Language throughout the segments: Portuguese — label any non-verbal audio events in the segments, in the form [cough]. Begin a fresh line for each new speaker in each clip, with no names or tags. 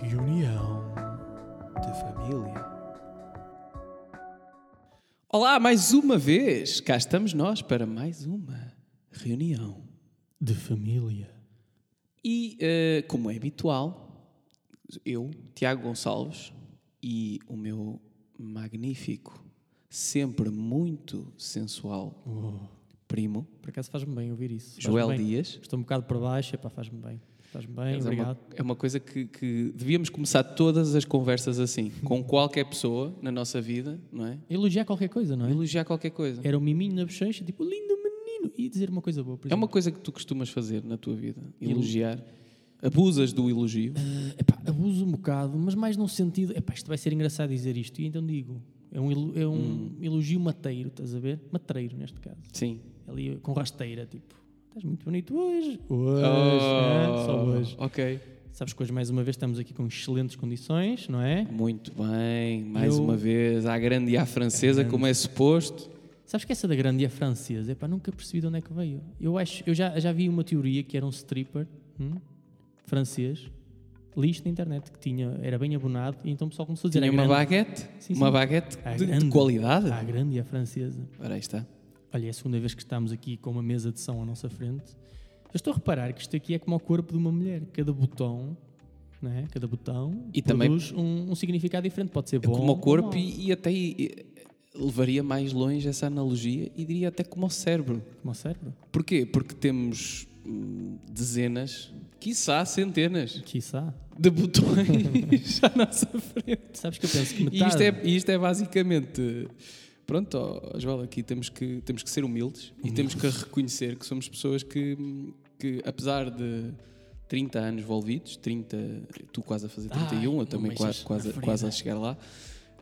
Reunião de família.
Olá, mais uma vez! Cá estamos nós para mais uma reunião.
De família.
E, eh, como é habitual, eu, Tiago Gonçalves, e o meu magnífico, sempre muito sensual primo,
Por acaso faz-me bem ouvir isso. Faz-me
Joel
bem.
Dias.
Estou um bocado para baixo, epá, faz-me bem. Faz-me bem,
Mas é, uma,
obrigado.
é uma coisa que, que devíamos começar todas as
[laughs]
conversas assim, com qualquer pessoa na nossa vida, não é?
Elogiar qualquer coisa, não é?
Elogiar qualquer coisa.
Era um miminho na bochecha, tipo, lindo menino, e dizer uma coisa boa, por
É uma
exemplo.
coisa que tu costumas fazer na tua vida, elogiar. Abusas do elogio.
Eh, epá, abuso um bocado, mas mais num sentido, epá, isto vai ser engraçado dizer isto, e então digo. É um, elo- é um
Hum.
elogio mateiro, estás a ver? Matreiro, neste caso.
Sim.
Ali com rasteira, tipo, estás muito bonito hoje. Hoje,
Oh,
é, só hoje.
Ok.
Sabes que hoje, mais uma vez, estamos aqui com excelentes condições, não é?
Muito bem, mais
Eu-
uma vez, à grande e à francesa, como é suposto.
Sabes que essa da grande é francesa? Epá, nunca percebi de onde é que veio. Eu, acho, eu já, já vi uma teoria que era um stripper hum, francês, li isto na internet, que tinha, era bem abonado, e então o pessoal começou a dizer
Tinha
"A
uma
grande,
baguete,
Sim,
uma
sim.
baguete
A
de, de
grande.
qualidade.
A grande é francesa.
Ora, aí está.
Olha, é a segunda vez que estamos aqui com uma mesa de som à nossa frente. Eu estou a reparar que isto aqui é como o corpo de uma mulher. Cada botão, né? cada botão
E também- É
produz um, um significado diferente. Pode ser bom
como o
ou
corpo
mau.
e, e até e- levaria mais longe essa analogia e diria até como o cérebro.
Como o cérebro.
Porquê? Porque temos hum, dezenas, quiçá centenas,
Quiçá.
de botões [laughs] à nossa frente.
Sabes que eu penso que
E
metade...
isto é, e isto é basicamente. Pronto, ó, Joel, aqui temos que, temos que ser humildes e temos que reconhecer que somos pessoas que, que apesar de 30 anos envolvidos, 30, tu quase a fazer 31,
Ai,
eu também
não
quase,
mexas
quase,
na ferida.
quase a chegar lá,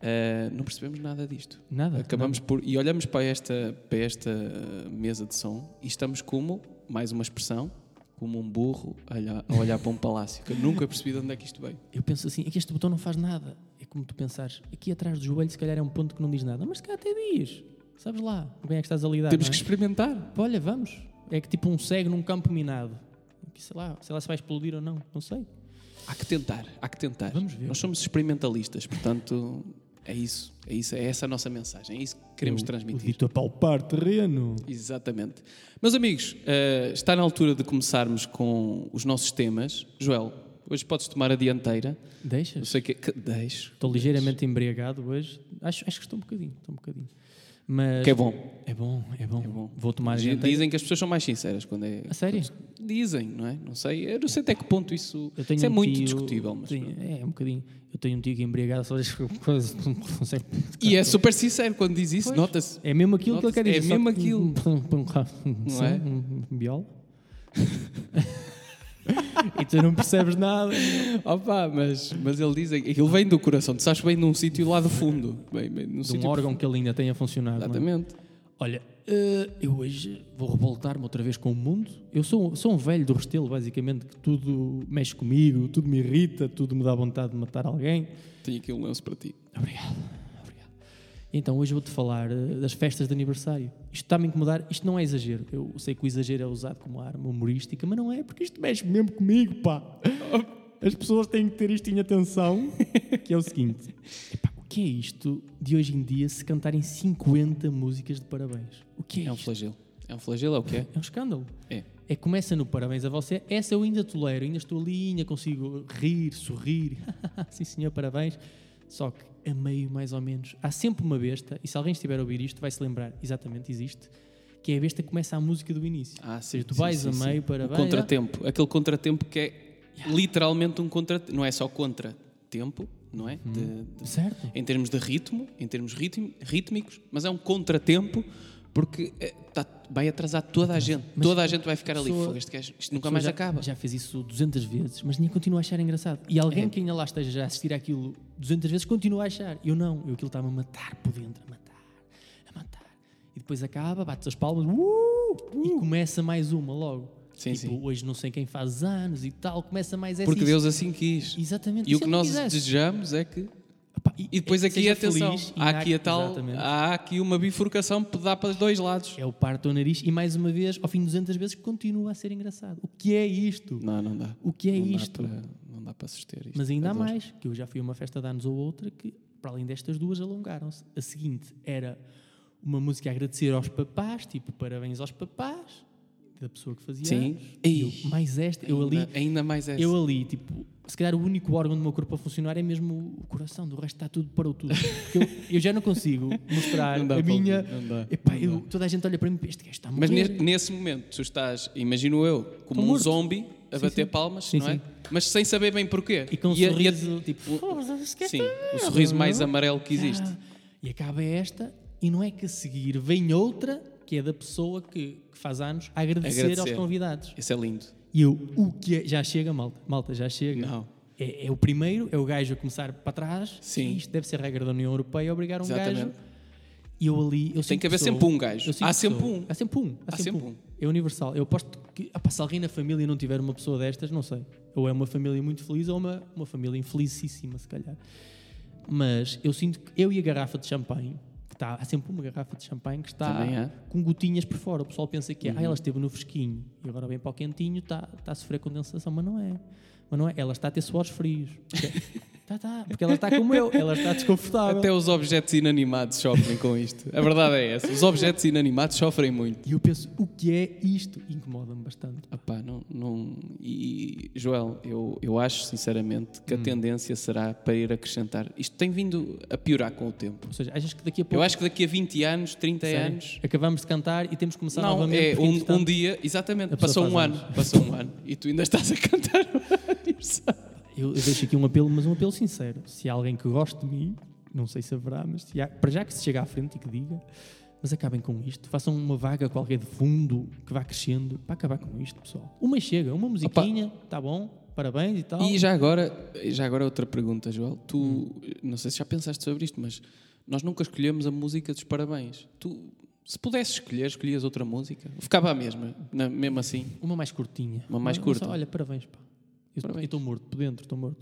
eh, não percebemos nada disto.
Nada.
Acabamos por. E olhamos para esta, para esta eh, mesa de som e estamos como, mais uma expressão, como um burro a olhar, a olhar para um palácio. Que eu nunca percebi de onde é que isto veio.
Eu penso assim, é que este botão não faz nada. É como tu pensares, aqui atrás do joelho se calhar é um ponto que não diz nada, mas se calhar até diz. Sabes lá com quem é que estás a lidar,
Temos
não
que
é?
experimentar.
Pá, Olha, vamos. É que tipo um cego num campo minado. Que sei lá, sei lá se vai explodir ou não, não sei.
Há que tentar, há que tentar.
Vamos ver.
Nós somos experimentalistas, portanto, é isso, é isso, é essa a nossa mensagem, é isso que queremos
O
transmitir.
dito a palpar terreno.
Exatamente. Meus amigos, eh, está na altura de começarmos com os nossos temas. Joel, hoje podes tomar a dianteira. Eu
Deixas?
sei que, que deixo.
Estou ligeiramente embriagado hoje. Acho, acho que estou um bocadinho, estou um bocadinho. Mas
Que é bom.
É bom, é bom.
bom.
Vou tomar a dianteira.
Dizem que as pessoas são mais sinceras quando é.
A sério?
Dizem, não é? Não sei. Eu não sei até que ponto isso,
Eu tenho
isso é
um
muito
tio-
discutível. Mas
tenho- é, é um bocadinho. Eu tenho um tio que é embriagado, só diz coisas que não consegue.
E é super sincero quando diz isso, nota-se.
É mesmo aquilo que ele quer
Nota-se,
dizer.
é
só
mesmo
que- [laughs]
aquilo.
Não
é?
Um viola. [laughs] e tu não percebes nada.
Opa, mas, mas ele diz que aquilo vem do coração, tu sabes bem de um sítio lá do fundo. Bem, bem, num
De um
sítio
órgão que ele ainda tenha funcionado. não é?
tipo, Exatamente.
Olha, eh, eu hoje vou revoltar-me outra vez com o mundo. Eu sou, sou um velho do restelo, basicamente, que tudo mexe comigo, tudo me irrita, tudo me dá vontade de matar alguém.
Tenho aqui um lance para ti.
Obrigado, obrigado. Então hoje vou-te falar eh, das festas de aniversário. Isto está-me a incomodar, isto não é exagero. Eu sei que o exagero é usado como arma humorística, mas não é, porque isto mexe mesmo comigo, pá. As pessoas têm que ter isto em atenção, que é o seguinte. Epá, o que é isto de hoje em dia se cantarem 50 músicas de parabéns? O que é,
É um
isto?
flagelo. É um flagelo, é o que é?
É um escândalo.
É.
É que começa no parabéns a você. Essa eu ainda tolero, ainda estou ali, ainda consigo rir, sorrir. [laughs] Sim, senhor, parabéns. Só que a meio, mais ou menos, há sempre uma besta, e se alguém estiver a ouvir isto, vai se lembrar, exatamente, existe, que é a besta que começa a música do início.
Ah,
Ou
sim,
seja, tu
sim,
vais
sim,
a
sim.
meio, é?
O
parabéns.
contratempo. Aquele contratempo que é literalmente um contratempo. Não é só contratempo, não
Uhum.
é? De- de-
Certo?
em termos de ritmo, em termos ritmi- rítmicos, mas é um contratempo porque eh, tá- vai atrasar toda a gente.
Mas
toda a gente vai ficar ali.
pessoa-
"Fogo, este gajo, isto
A
nunca
pessoa
mais
já,
acaba.
Já fez isso 200 vezes, mas nem continua a achar engraçado. E
É.
alguém que ainda lá esteja já a assistir àquilo 200 vezes continua a achar. Eu não, eu aquilo estava a matar por dentro, a matar, a matar. E depois acaba, bate as palmas uh, e começa mais uma logo.
Sim,
tipo,
sim.
hoje não sei quem faz anos e tal, começa mais essa.
Porque
e-
Deus assim quis.
Exatamente. é
E o
se
que
eu
nós
quisesse?
desejamos é que.
Epá,
E depois
é que
aqui,
seja
atenção,
feliz e
há
na-
aqui a tal.
Exatamente.
Há aqui uma bifurcação que dá para os dois lados.
É o parto ao nariz e mais uma vez, ao fim de 200 vezes, continua a ser engraçado. O que é isto?
Não, não dá.
O que é
Não dá
isto?
para- não dá para suster isto.
Mas ainda há
Adoro.
mais, que eu já fui a uma festa de anos ou outra que, para além destas duas, alongaram-se. A seguinte era uma música a agradecer aos papás, tipo parabéns aos papás, da pessoa que fazia
Sim.
anos.
Ei.
Eu- mais esta, eu ali,
Ainda, ainda mais essa.
eu ali, tipo, se calhar o único órgão do meu corpo a funcionar é mesmo o coração, do resto está tudo para o tudo. Porque eu, eu já não consigo mostrar
[laughs] Não dá
a
para
minha.
ouvir, não dá,
Epá,
não
eu- toda a gente olha para mim, este gajo está a
Mas
morrer."
ne- nesse momento, tu estás, imagino eu, como
Estou
um
morto.
zombie a
Sim,
bater
sim.
palmas,
Sim,
não é?
sim.
Mas sem saber bem porquê.
E com um
a- a-
sorriso, tipo, "Foda-se, que
Sim,
esta
o sorriso
merda,
mais
não é?"
amarelo que existe.
Ah, e acaba esta, e não é que a seguir vem outra, que é da pessoa que, que faz anos, a agradecer, aos
Agradecer.
convidados.
Esse é lindo.
E eu, o que é? Já chega, malta. Malta, já chega.
Não.
É, é o primeiro, é o gajo a começar para trás.
Sim.
Isto deve ser regra da União Europeia, obrigar um
Exatamente.
gajo. E eu ali. Eu
Tem
sinto
que haver
sou-
sempre um gajo.
eu sinto
Há
que
sempre
sou-
um.
Há sempre um. Há, sempre, um. É universal. Eu aposto que ah pá, se alguém na família não tiver uma pessoa destas, não sei. Ou é uma família muito feliz ou uma, uma família infelicíssima, se calhar. Mas eu sinto que eu e a garrafa de champanhe, que está, há sempre uma garrafa de champanhe que está
Também há. Uhum.
com gotinhas por fora. O pessoal pensa que é, ah, ela esteve no fresquinho e agora vem para o quentinho, está, está a sofrer condensação, mas não é. Mas não é. Ela está a ter suores frios. Tá, tá, porque [laughs] ela está como eu, ela está desconfortável.
Até os objetos inanimados sofrem com isto. A verdade é essa. Os objetos inanimados sofrem muito.
E eu penso, o que é isto? Incomoda-me bastante.
Epá, não, não... E, e, Joel, eu, eu acho sinceramente que a
Hum.
tendência será para ir acrescentar. Isto tem vindo a piorar com o tempo.
Ou seja, achas que daqui a pouco.
Eu acho que daqui a 20 anos, 30
Sério?
anos,
Acabamos de cantar e temos que começar
Não,
novamente.
é
porque,
um,
entretanto,
um dia, exatamente,
a pessoa
passou um
faz
ano, passou um ano e tu ainda estás a cantar o
[laughs]
aniversário.
Eu, eu deixo aqui um apelo, mas um apelo sincero. Se há alguém que goste de mim, não sei se haverá, mas se há- para já que se chega à frente e que diga, mas acabem com isto. Façam uma vaga qualquer de fundo que vá crescendo para acabar com isto, pessoal. Uma chega, uma musiquinha, tá bom, parabéns e tal.
E já agora, já agora outra pergunta, Joel. Tu,
Hum.
não sei se já pensaste sobre isto, mas nós nunca escolhemos a música dos parabéns. Tu, se pudesses escolher, escolhias outra música? Ficava a mesma, na- mesmo assim.
Uma mais curtinha.
Uma mais
só,
curta.
olha, parabéns, pá. Eu- Eu
Parabéns.
estou morto, por dentro, estou morto.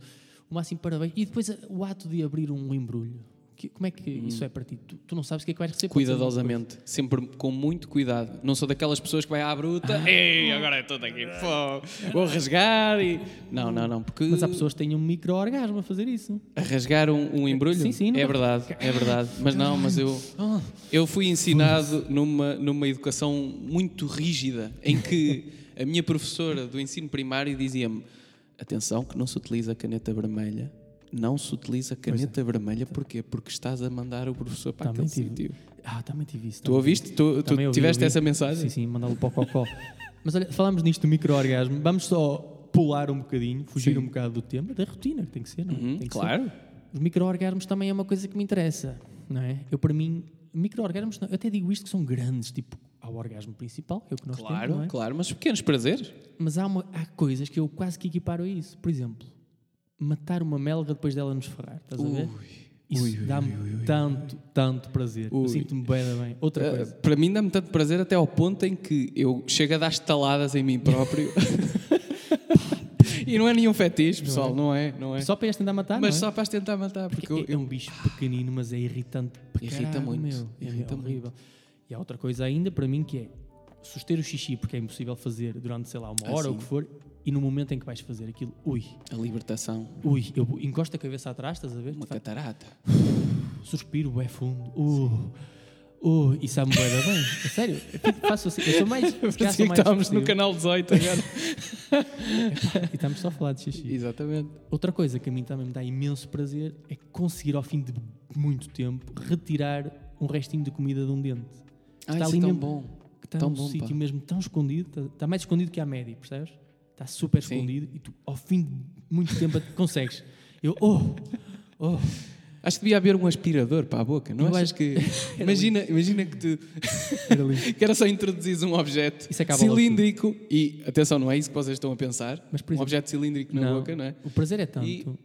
Uma assim, parabéns. E depois a- o ato de abrir um embrulho. Que- como é que isso é para ti? Tu, tu não sabes o que é que vais receber. Pode ser uma
Cuidadosamente, sempre com muito cuidado. Não sou daquelas pessoas que vai à bruta, ei, agora eu estou aqui, pô, vou rasgar e. Não, não, não, porque.
Mas há pessoas que têm um micro-orgasmo a fazer isso.
A rasgar um, um embrulho?
Sim, sim, não Oh.
É
vai-
verdade, é verdade. Mas não, mas eu, eu fui ensinado numa, numa educação muito rígida, em que a minha professora do ensino primário dizia-me: atenção, que não se utiliza caneta vermelha. Não se utiliza
é.
caneta vermelha, porquê? Porque estás a mandar o professor para
Também
aquele
tive.
sítio.
Ah, também tive isso.
Tu ouviste? Tu, tu
Também ouvi,
tiveste
ouvi.
essa mensagem?
Sim, sim, mandá-lo para o cocó. [laughs] Mas olha, falámos nisto do micro-orgasmo. Vamos só pular um bocadinho, fugir
Sim.
um bocado do tema, da rotina que tem que ser, não é?
Hum,
Tem que
claro.
ser. Os micro-orgasmos também é uma coisa que me interessa, não é? Eu, para mim, micro-orgasmos, não- eu até digo isto que são grandes, tipo, há o orgasmo principal, que é o que nós temos, não
Claro,
é?
claro, mas pequenos prazeres.
Mas há, uma- há coisas que eu quase que equiparo a isso. Por exemplo, matar uma melga depois dela nos ferrar, estás a ver? Isso dá-me tanto, tanto prazer. Eu
Ui.
sinto-me bem, da bem. Outra
Uh,
coisa.
para mim dá-me tanto prazer até ao ponto em que eu chego a dar estaladas em mim próprio. [laughs] e não é nenhum fetiche, pessoal, não é? Não é,
Só para este tentar matar,
Mas
não é?
só para as tentar matar, porque,
É- é
eu, eu-
um bicho pequenino, mas é irritante. para
Irrita
caralho,
muito,
meu. É
irrita
horrível. E há outra coisa ainda para mim que é suster o xixi, porque é impossível fazer durante, sei lá, uma
Ah,
hora ou o que for, e no momento em que vais fazer aquilo, ui,
a libertação,
ui, eu encosto a cabeça atrás, estás a ver? Tipo,
uma [laughs] catarata.
Suspiro é fundo. Uh, uh, e sabe-me bué da bem. É sério, eu fico- faço assim. Eu sou
[laughs]
mais. se calhar
Parecia
sou
que
mais
estávamos no
desportivo.
canal 18 agora. [laughs]
E estamos só a falar de xixi.
Exatamente.
Outra coisa que a mim também me dá imenso prazer é conseguir, ao fim de muito tempo, retirar um restinho de comida de um dente.
Ah,
Está
isso
ali
é tão
mesmo-
bom.
que está
Tão
num
bom,
sítio
pá.
mesmo tão escondido, está, está mais escondido que a média, percebes? Está super
Sim.
escondido e tu, ao fim de muito tempo, [laughs] consegues. Eu, oh, oh,
Acho que devia haver um aspirador para a boca, não
Eu
achas
acho-
[laughs] que... imagina, imagina que tu...
era lindo.
[laughs] que [laughs] era só introduzir um objeto
Isso acaba logo
cilíndrico e, atenção, não é isso que vocês estão a pensar,
Mas, por
um
exemplo-
objeto cilíndrico na boca, não é?
O prazer é tanto.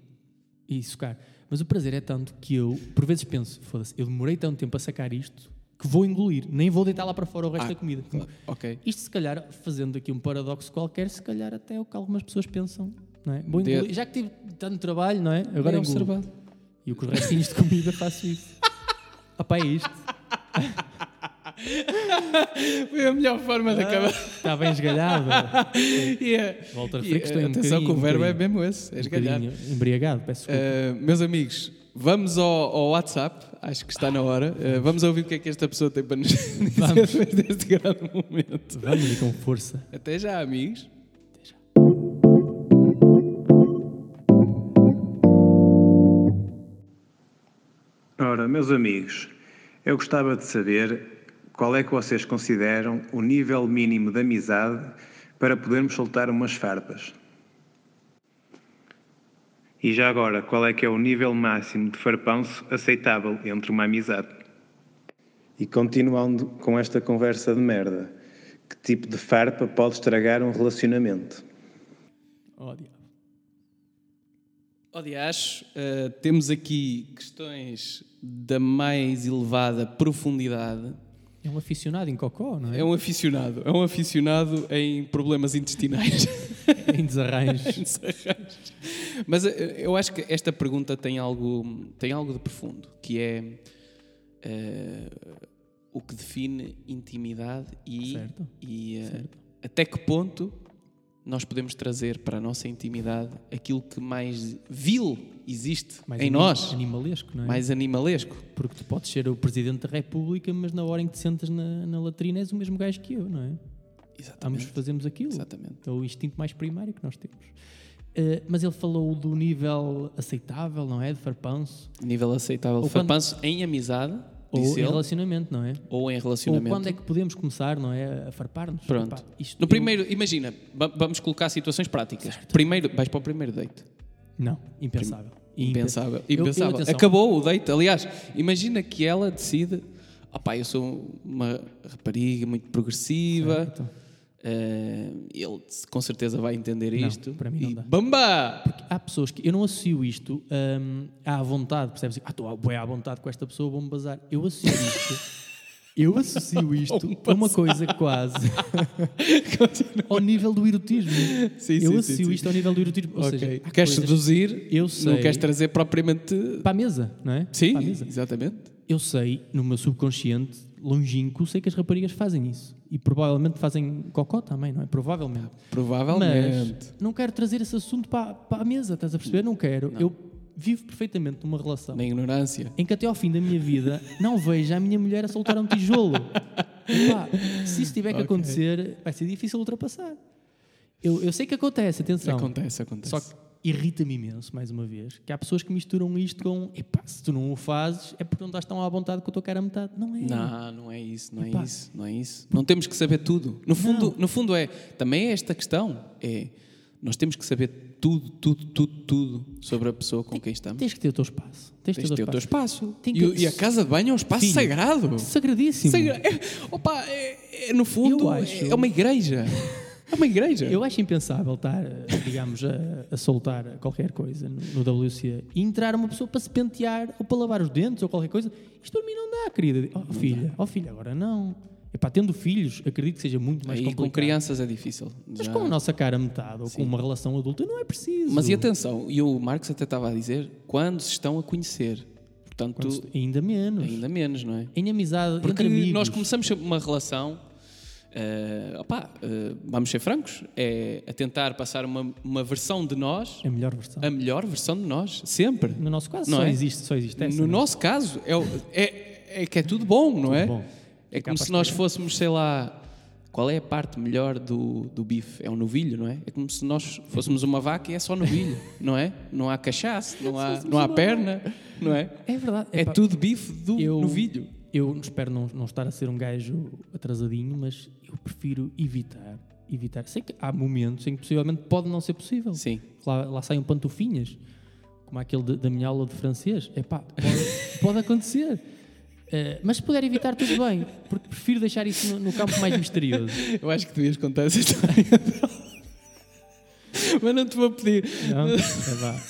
E... socar. Mas o prazer é tanto que eu, por vezes, penso: foda-se, eu demorei tanto tempo a sacar isto que vou engolir, nem vou deitar lá para fora o resto
Ah,
da comida.
claro, ok.
Isto, se calhar, fazendo aqui um paradoxo qualquer, se calhar até é o que algumas pessoas pensam. Não é? Vou
De-
engolir. Já que tive tanto trabalho, não é? Agora
Bem
engulo.
observado.
Ah, E eu com os restinhos de comida faço isso. Opá, é isto.
Foi a melhor forma de acabar. [laughs]
Está bem esgalhada.
yeah.
Walter
E,
Frick, estou
eh,
um
atenção que
bocadinho,
o verbo
um
é
bocadinho,
mesmo esse, é
um
esgalhado.
bocadinho embriagado, peço desculpa.
Eh, meus amigos, vamos ao, ao WhatsApp, acho que está na hora. Eh, vamos ouvir o que é que esta pessoa tem para nos [laughs] dizer
Vamos.
depois deste grande momento.
Vamos e com força.
Até já, amigos.
Ora, meus amigos, eu gostava de saber qual é que vocês consideram o nível mínimo de amizade para podermos soltar umas farpas. E já agora, qual é que é o nível máximo de farpanço aceitável entre uma amizade? E continuando com esta conversa de merda, que tipo de farpa pode estragar um relacionamento?
Oh, diabo.
Aliás, eh, temos aqui questões da mais elevada profundidade.
É um aficionado em cocó, não é?
É um aficionado, é um aficionado em
[laughs]
problemas intestinais.
Em desarranjos.
Mas eh, eu acho que esta pergunta tem algo, tem algo de profundo, que é eh, o que define intimidade e,
Certo.
e, eh,
Certo.
até que ponto nós podemos trazer para a nossa intimidade aquilo que mais vil existe
Mais
em
ani-
nós,
Animalesco, não é?
mais animalesco.
Porque tu podes ser o Presidente da República, mas na hora em que te sentas na, na latrina és o mesmo gajo que eu, não é? Ambos
Exatamente.
fazemos aquilo.
Exatamente.
É o instinto mais primário que nós temos. Eh, mas ele falou do nível aceitável, não é? De farpanço.
Nível aceitável.
Ou
Ou
quando-
em amizade,
Ou
disse
em
ele,
relacionamento, não é?
ou em
Ou
relacionamento.
quando é que podemos começar, não é? A farpar-nos.
Pronto.
Epá, isto
no
eu-
primeiro, imagina, va- vamos colocar situações práticas. Primeiro, vais para o primeiro date.
é Não, impensável.
Impensável.
Eu- eu,
Impensável.
atenção,
Acabou o date. Aliás, imagina que ela decide: opá, eu sou uma rapariga muito progressiva.
Certo.
eh, ele com certeza vai entender
Não,
isto.
para mim não
e
dá.
bamba!
Há pessoas que eu não associo isto hum, à vontade, percebes? Ah, estou bem à vontade com esta pessoa, vou-me bazar. Eu associo isto. eu
[laughs]
associo isto a uma coisa quase ao nível do erotismo.
Sim,
eu
sim,
associo
sim,
isto ao nível do erotismo. Ou
Ok.
seja, há
queres
coisas
seduzir,
eu
não
sei.
queres trazer propriamente.
para a mesa, não é?
Sim,
Para a mesa.
exatamente.
Eu sei, no meu subconsciente, longínquo, sei que as raparigas fazem isso. E provavelmente fazem cocó também, não é? Provavelmente.
Provavelmente.
Mas não quero trazer esse assunto para, para a mesa, estás a perceber? Não quero. Eu vivo perfeitamente numa relação
Na ignorância.
em que até ao fim da minha vida não vejo a minha mulher a soltar um tijolo. Epá, se isso tiver que acontecer, vai ser difícil ultrapassar. Eu, eu sei que acontece, atenção.
Acontece, acontece.
Só que irrita-me imenso, mais uma vez, que há pessoas que misturam isto com epá, se tu não o fazes é porque não estás tão à vontade com a tua cara a metade. Não é.
Não, não é isso, não
Epá.
é isso, não é isso. Não temos que saber tudo. No fundo, no fundo é, também é esta questão, é nós temos que saber tudo, tudo, tudo, tudo sobre a pessoa com quem estamos.
Tens que ter o teu espaço. Tens,
Tens de ter o teu espaço.
Tem
E
que-
o- E, a casa de banho é um espaço
Filho,
sagrado.
Sagradíssimo.
Sagra- é- opa, é- é, no fundo,
Eu acho-
é, é uma igreja. É uma
[laughs]
igreja.
Eu acho impensável estar, eh, digamos, a, a soltar qualquer coisa no, no WC e entrar uma pessoa para se pentear ou para lavar os dentes ou qualquer coisa. Isto para mim não dá, querida. Oh, filha, oh, filha, agora não. Epá, tendo filhos, acredito que seja muito mais
Aí com
complicado.
crianças é difícil.
Mas
Já-
com a nossa cara a metade ou com uma relação adulta não é preciso.
Mas e atenção, e o Marcos até estava a dizer, quando se estão a conhecer. Portanto,
Ainda menos.
ainda menos, não é?
Em amizade,
Porque
entre amigos.
nós começamos uma relação, eh, opá, eh, vamos ser francos, é a tentar passar uma, uma versão de nós,
É a melhor versão.
a melhor versão de nós, sempre.
No nosso caso
Não
só
é?
existe, só existe essa. não
No
é?
nosso caso, é, o- é, é que é tudo bom, não é?
bom.
É
Fica à
como se nós fôssemos, sei lá, qual é a parte melhor do, do bife? É o novilho, não é? É como se nós fôssemos uma vaca e é só novilho, [laughs] não é? Não há cachaço, não há, não há perna, não é?
É verdade.
É
Epá,
tudo bife do
eu-
novilho.
Eu espero não, não estar a ser um gajo atrasadinho, mas eu prefiro evitar. Evitar. Sei que há momentos em que possivelmente pode não ser possível.
Sim.
Lá, lá saem pantufinhas, como aquele de- da minha aula de francês. Epá, pode, [laughs] pode acontecer. Eh, mas se puder evitar, tudo bem, porque prefiro deixar isso no, no campo mais misterioso.
Eu acho que devias contar essa [laughs] história. Mas não te vou pedir.
Não? É vá.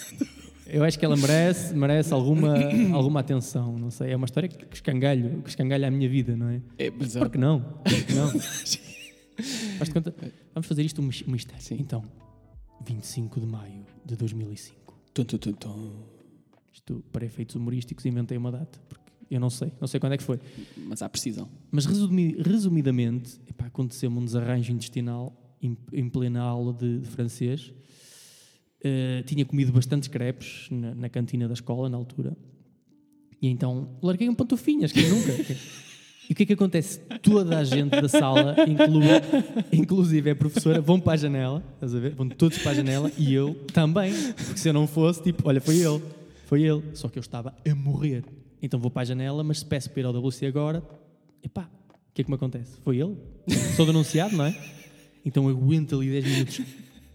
Eu acho que ela merece, merece alguma, alguma atenção, não sei. É uma história que que escangalho, que escangalha a minha vida, não é?
É, mas
Por que não? Por que não? Faz-te conta? Vamos fazer isto um mis- um mistério.
Sim.
Então, 25 de maio de 2005.
Tum, tum, tum, tum.
Isto, para efeitos humorísticos, inventei uma data, porque Eu não sei, não sei quando é que foi.
Mas há precisão.
Mas resumi- resumidamente, epá, aconteceu-me um desarranjo intestinal em, em plena aula de, de francês. Eh, tinha comido bastantes crepes na, na cantina da escola, na altura. E então larguei um pantofinhas, que nunca. E o que é que acontece? Toda a gente da sala, inclu- inclusive a professora, vão para a janela, estás a ver? Vão todos para a janela e eu também. Porque se eu não fosse, tipo, olha, foi ele, foi ele. Só que eu estava a morrer. Então vou para a janela, mas se peço para ir ao WC agora, epá, o que é que me acontece? Foi ele? Sou denunciado, não é? Então aguento ali 10 minutos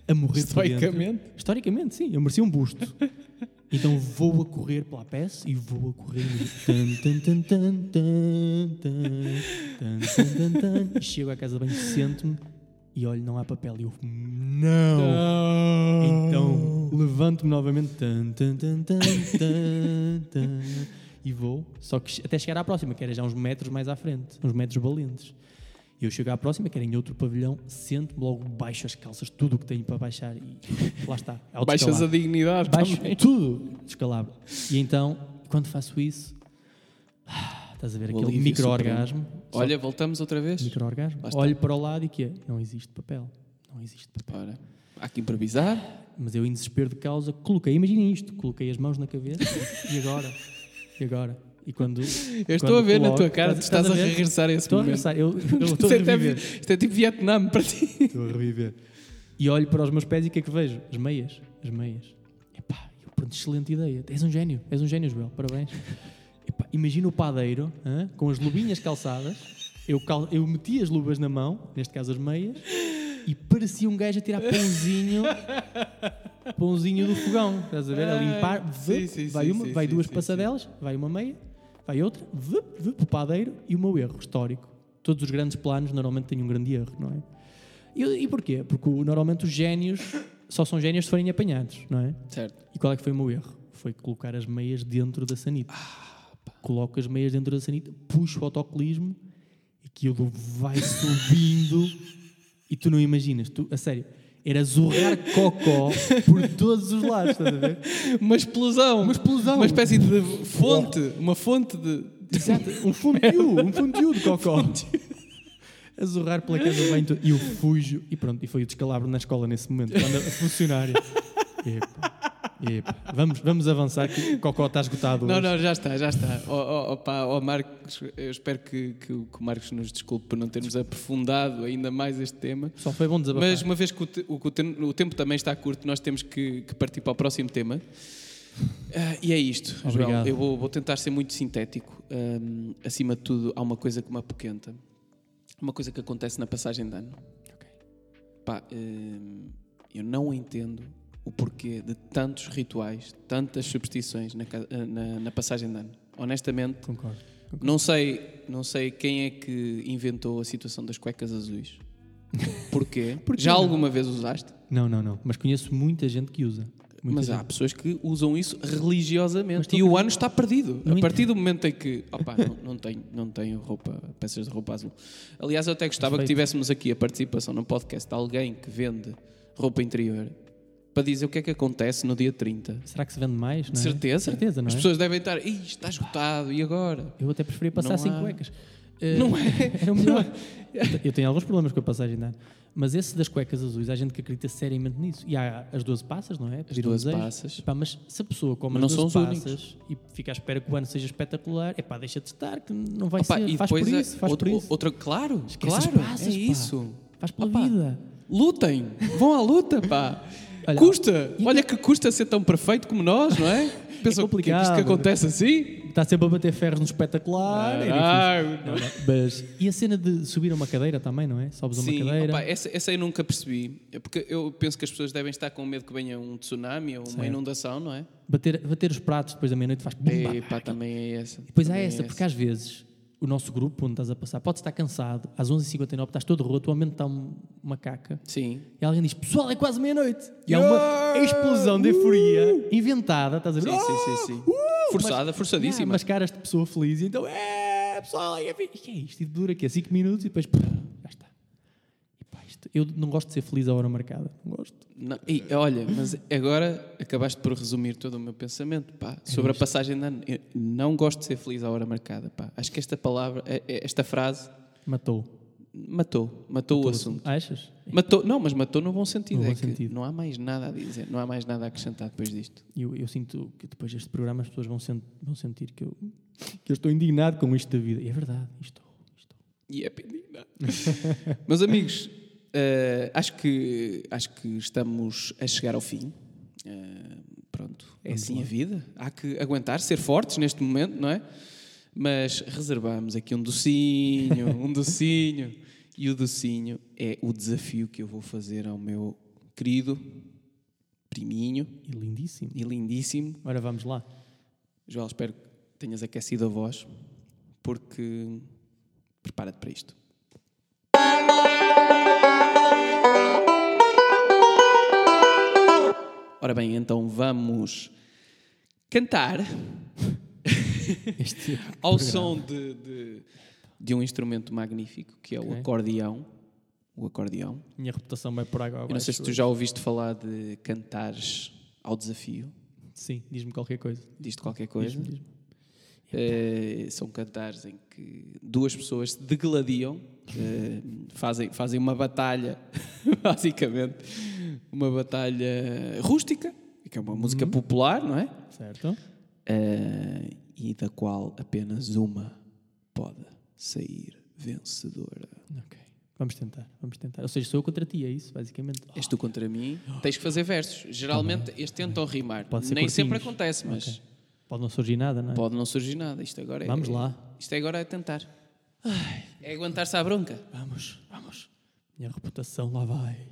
a morrer por dentro.
Historicamente.
Historicamente, sim, eu merecia um busto. [laughs] Então vou a correr pela peça e vou a correr. Tan, tan, tan, tan, tan, tan, tan, tan, tan, tan. E chego à casa bem, sento-me e olho, não há papel. E eu, não! Então levanto-me novamente tan, tan, tan, tan, tan, tan, e vou. Só que até chegar à próxima, que era já uns metros mais à frente, uns metros valentes. E eu chego à próxima, que era em outro pavilhão, sento-me logo, baixo as calças, tudo o que tenho para baixar e lá está. autoescalado.
Baixas a dignidade
Baixo
também.
tudo, descalabro. E então, quando faço isso, ah, estás a ver
O
aquele
alívio
micro-orgasmo. só
Olha, voltamos outra vez.
micro-orgasmo.
Lá está.
Olho para o lado e que é? Não existe papel. Não existe papel.
Ora, há que improvisar.
Mas eu, em desespero de causa, coloquei, imaginem isto, coloquei as mãos na cabeça [laughs] e agora? E agora? E quando.
Eu estou a ver na tua cara, tu
estás,
estás a
ver?
regressar a esse
Estou a
momento.
regressar, eu,
[laughs]
eu estou
Isto
a
é até vi-
reviver.
Isto é tipo Vietnã para ti.
Estou a reviver. E olho para os meus pés e o que é que vejo? As meias. As meias. Epá, eu, pronto, excelente ideia. És um gênio. És um gênio, Joel. Parabéns. Epá, imagina o padeiro hã? com as luvinhas calçadas. Eu, cal- eu meti as luvas na mão, neste caso as meias, e parecia um gajo a tirar pãozinho pãozinho do fogão. Estás a ver? A limpar. vup,
sim, sim,
vai
sim,
uma,
sim,
vai
sim,
duas
sim,
passadelas, vai uma meia, vai outra, vup, vup, o padeiro e o meu erro histórico. Todos os grandes planos normalmente têm um grande erro, não é? E, e porquê? Porque o- normalmente os génios só são génios se forem apanhados, não é?
Certo.
E qual é que foi o meu erro? Foi colocar as meias dentro da sanita.
Ah,
Coloco as meias dentro da sanita, puxo o autocolismo, aquilo vai subindo e tu não imaginas. Tu, a sério, era zurrar cocó por todos os lados, estás a ver?
Uma explosão.
Uma explosão.
Uma espécie de fonte. Uma fonte de.
Exato, um fundiu, um fundiu de
[laughs]
cocó. A zurrar pela casa bem toda. E eu fujo. E pronto, e foi o descalabro na escola nesse momento. Quando a funcionária... Epa, epa. Vamos, vamos avançar que o cocó está esgotado
Não,
hoje.
não, já está, já está. Ó ó, ó, pá, ó, Marcos, eu espero que, que o que o Marcos nos desculpe por não termos aprofundado ainda mais este tema.
Só foi bom desabafar.
Mas uma vez que o, te- o que o ten- o tempo também está curto, nós temos que, que partir para o próximo tema. Ah, e é isto, João.
Obrigado.
Eu vou, vou tentar ser muito sintético. Ahm, acima de tudo, há uma coisa que me apoquenta. Uma coisa que acontece na passagem de ano. Pá, ahm, eu não entendo o porquê de tantos rituais, tantas superstições na, ca- ah, na- na passagem de ano. Honestamente,
Concordo.
não sei, não sei quem é que inventou a situação das cuecas azuis. Porquê?
[laughs] Porquê
Já
não?
alguma vez usaste?
Não, não, não. Mas conheço muita gente que usa. Muita
Mas
gente.
há pessoas que usam isso
Mas
religiosamente
tu
e o
acreditas-
ano está perdido.
Não
A partir do momento em que. Opa, não, não tenho, não tenho roupa, peças de roupa azul. Aliás, eu até gostava que
Perfeito.
tivéssemos aqui a participação no podcast de alguém que vende roupa interior para dizer o que é que acontece no dia 30.
Será que se vende mais? Não é?
Certeza?
Certeza, não é?
As pessoas devem estar. Ih, está esgotado, e agora?
Eu até preferia passar
Não
sem
há-
cuecas. Eh,
Não é?
Era o
[laughs]
melhor. Eu tenho alguns problemas com a passagem de ano. Mas esse das cuecas azuis, há gente que acredita seriamente nisso. E há as 12 passas, não é? Pedir um
12
desejo.
passas.
Epá, mas se a pessoa come
Mas
as
não
12
são os
passas e fica à espera que o ano seja espetacular, epá, deixa de estar, que não vai
Opa,
ser.
e
faz
depois
por
a-
isso, faz
outro,
por isso.
outra- claro,
Esquece as
claro,
passas,
é
pá.
isso.
Faz pela
Opa,
vida.
Lutem, vão à luta, pá.
[laughs] Olha,
custa, olha que custa ser tão perfeito como nós, não
[laughs]
é? Pensam, "O que é que isto
complicado."
que acontece assim?
Está sempre a bater ferros no espetacular. é difícil.
Caralho.
Não, não. Mas, e a cena de subir a uma cadeira também, não é? Sobes a uma
Sim,
cadeira.
opa, essa, essa eu nunca percebi. É Porque eu penso que as pessoas devem estar com medo que venha um tsunami ou uma
Certo.
inundação, não é?
Bater, bater os pratos depois da meia-noite faz
E,
bumba.
pá, também é essa.
Depois há
também é
essa, porque às vezes o nosso grupo onde estás a passar pode estar cansado, às 11h59 estás todo roto, o aumento está um- uma caca.
Sim.
E alguém diz: Pessoal, é quase meia-noite. E há uma explosão de euforia inventada, estás a ver?
Sim, sim, sim, sim. Forçada,
Ah,
forçadíssima.
Uh! mas caras de pessoa feliz, e então é pessoal, é, e que é isto? E dura aqui 5 minutos e depois pff, já está. E pá, isto, Eu não gosto de ser feliz à hora marcada. Não gosto.
Não, e, olha, mas agora acabaste por resumir todo o meu pensamento pá, sobre a passagem de ano. Eu não gosto de ser feliz à hora marcada. Pá. Acho que esta palavra, eh, eh, esta frase,
Matou.
matou, matou, o assunto.
Achas?
Matou, não, mas matou no bom sentido.
No
é
bom
que
sentido.
Não há mais nada a dizer, não há mais nada a acrescentar depois disto.
Eu, eu sinto que depois deste programa as pessoas vão, sen- vão sentir que eu, que eu estou indignado com isto da vida. E é verdade, estou. estou.
E é penina. [laughs] Meus amigos, eh, acho, que, acho que estamos a chegar ao fim. Eh, pronto, é assim a vida. Há que aguentar, ser fortes neste momento, não é? Mas reservamos aqui um docinho, um docinho. E o docinho é o desafio que eu vou fazer ao meu querido priminho
E é lindíssimo.
e lindíssimo
Ora, vamos lá.
Joel, espero que tenhas aquecido a voz, porque prepara-te para isto. Ora bem, então vamos cantar
Este
ao som de, de, de um instrumento magnífico que é o
Ok.
acordeão. O acordeão.
minha reputação vai por água
Eu não
abaixo
sei se tu
hoje.
já ouviste falar de cantares ao desafio.
Sim, diz-me qualquer coisa.
Diz-te qualquer coisa. Eh, são cantares em que duas pessoas se degladiam, eh, fazem, fazem uma batalha, [laughs] basicamente, uma batalha rústica, que é uma música popular, não é?
Certo?
Eh, e da qual apenas uma pode sair vencedora.
Ok. Vamos tentar, vamos tentar. Ou seja, sou eu contra ti, é isso, basicamente.
És tu contra mim, tens que fazer versos. Geralmente eles tentam rimar.
Pode ser
Nem sempre
curtinhos.
acontece, mas
Ok. Pode não surgir nada, não é?
pode não surgir nada. Isto agora é-
Vamos lá.
Isto agora é tentar. É aguentar-se à bronca.
Vamos, vamos. Minha reputação lá vai.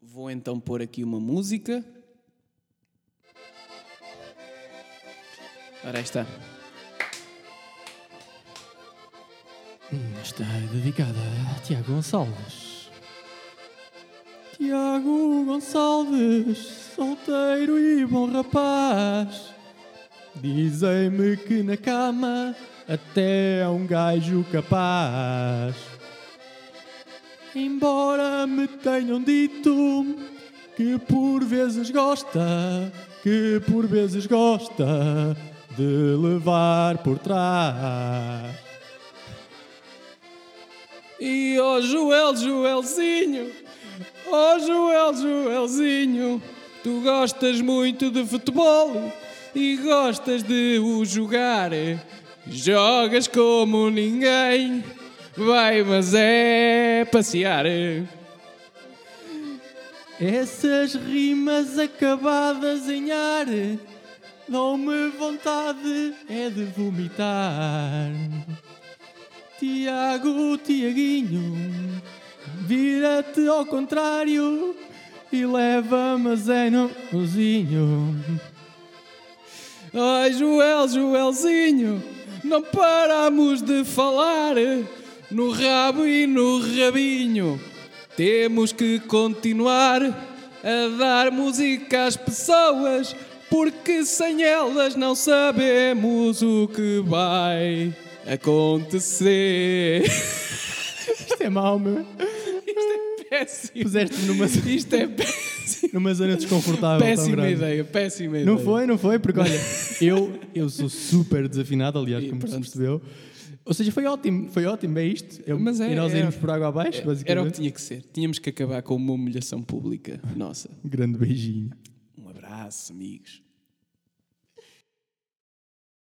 Vou então pôr aqui uma música. Ora, aí está.
Está dedicada a Tiago Gonçalves. Tiago Gonçalves, solteiro e bom rapaz. Dizem-me que na cama até é um gajo capaz. Embora me tenham dito que por vezes gosta, que por vezes gosta de levar por trás.
E ó Joel, Joelzinho, ó Joel, Joelzinho, tu gostas muito de futebol e gostas de o jogar. Jogas como ninguém, vai, mas é passear.
Essas rimas acabadas em ar dão-me vontade é de vomitar. Tiago, Tiaguinho, vira-te ao contrário e leva-me a no cozinho.
Ai, Joel, Joelzinho, não paramos de falar no rabo e no rabinho. Temos que continuar a dar música às pessoas, porque sem elas não sabemos o que vai acontecer. [laughs]
Isto é mau, meu.
é Péssimo.
Puseste-me numa,
Isto
[laughs]
é péssimo.
numa zona desconfortável. tão
Péssima
grande.
ideia, péssima ideia.
Não foi, não foi, porque olha, [laughs] eu, eu sou super desafinado, aliás,
E
como se
pronto.
percebeu. Ou seja, foi ótimo, foi ótimo, é isto. Eu-
Mas é-
e nós
era-
íamos por água abaixo,
Era o que
basicamente.
tinha que ser. Tínhamos que acabar com uma humilhação pública. Nossa.
Grande Um beijinho.
Um abraço, amigos.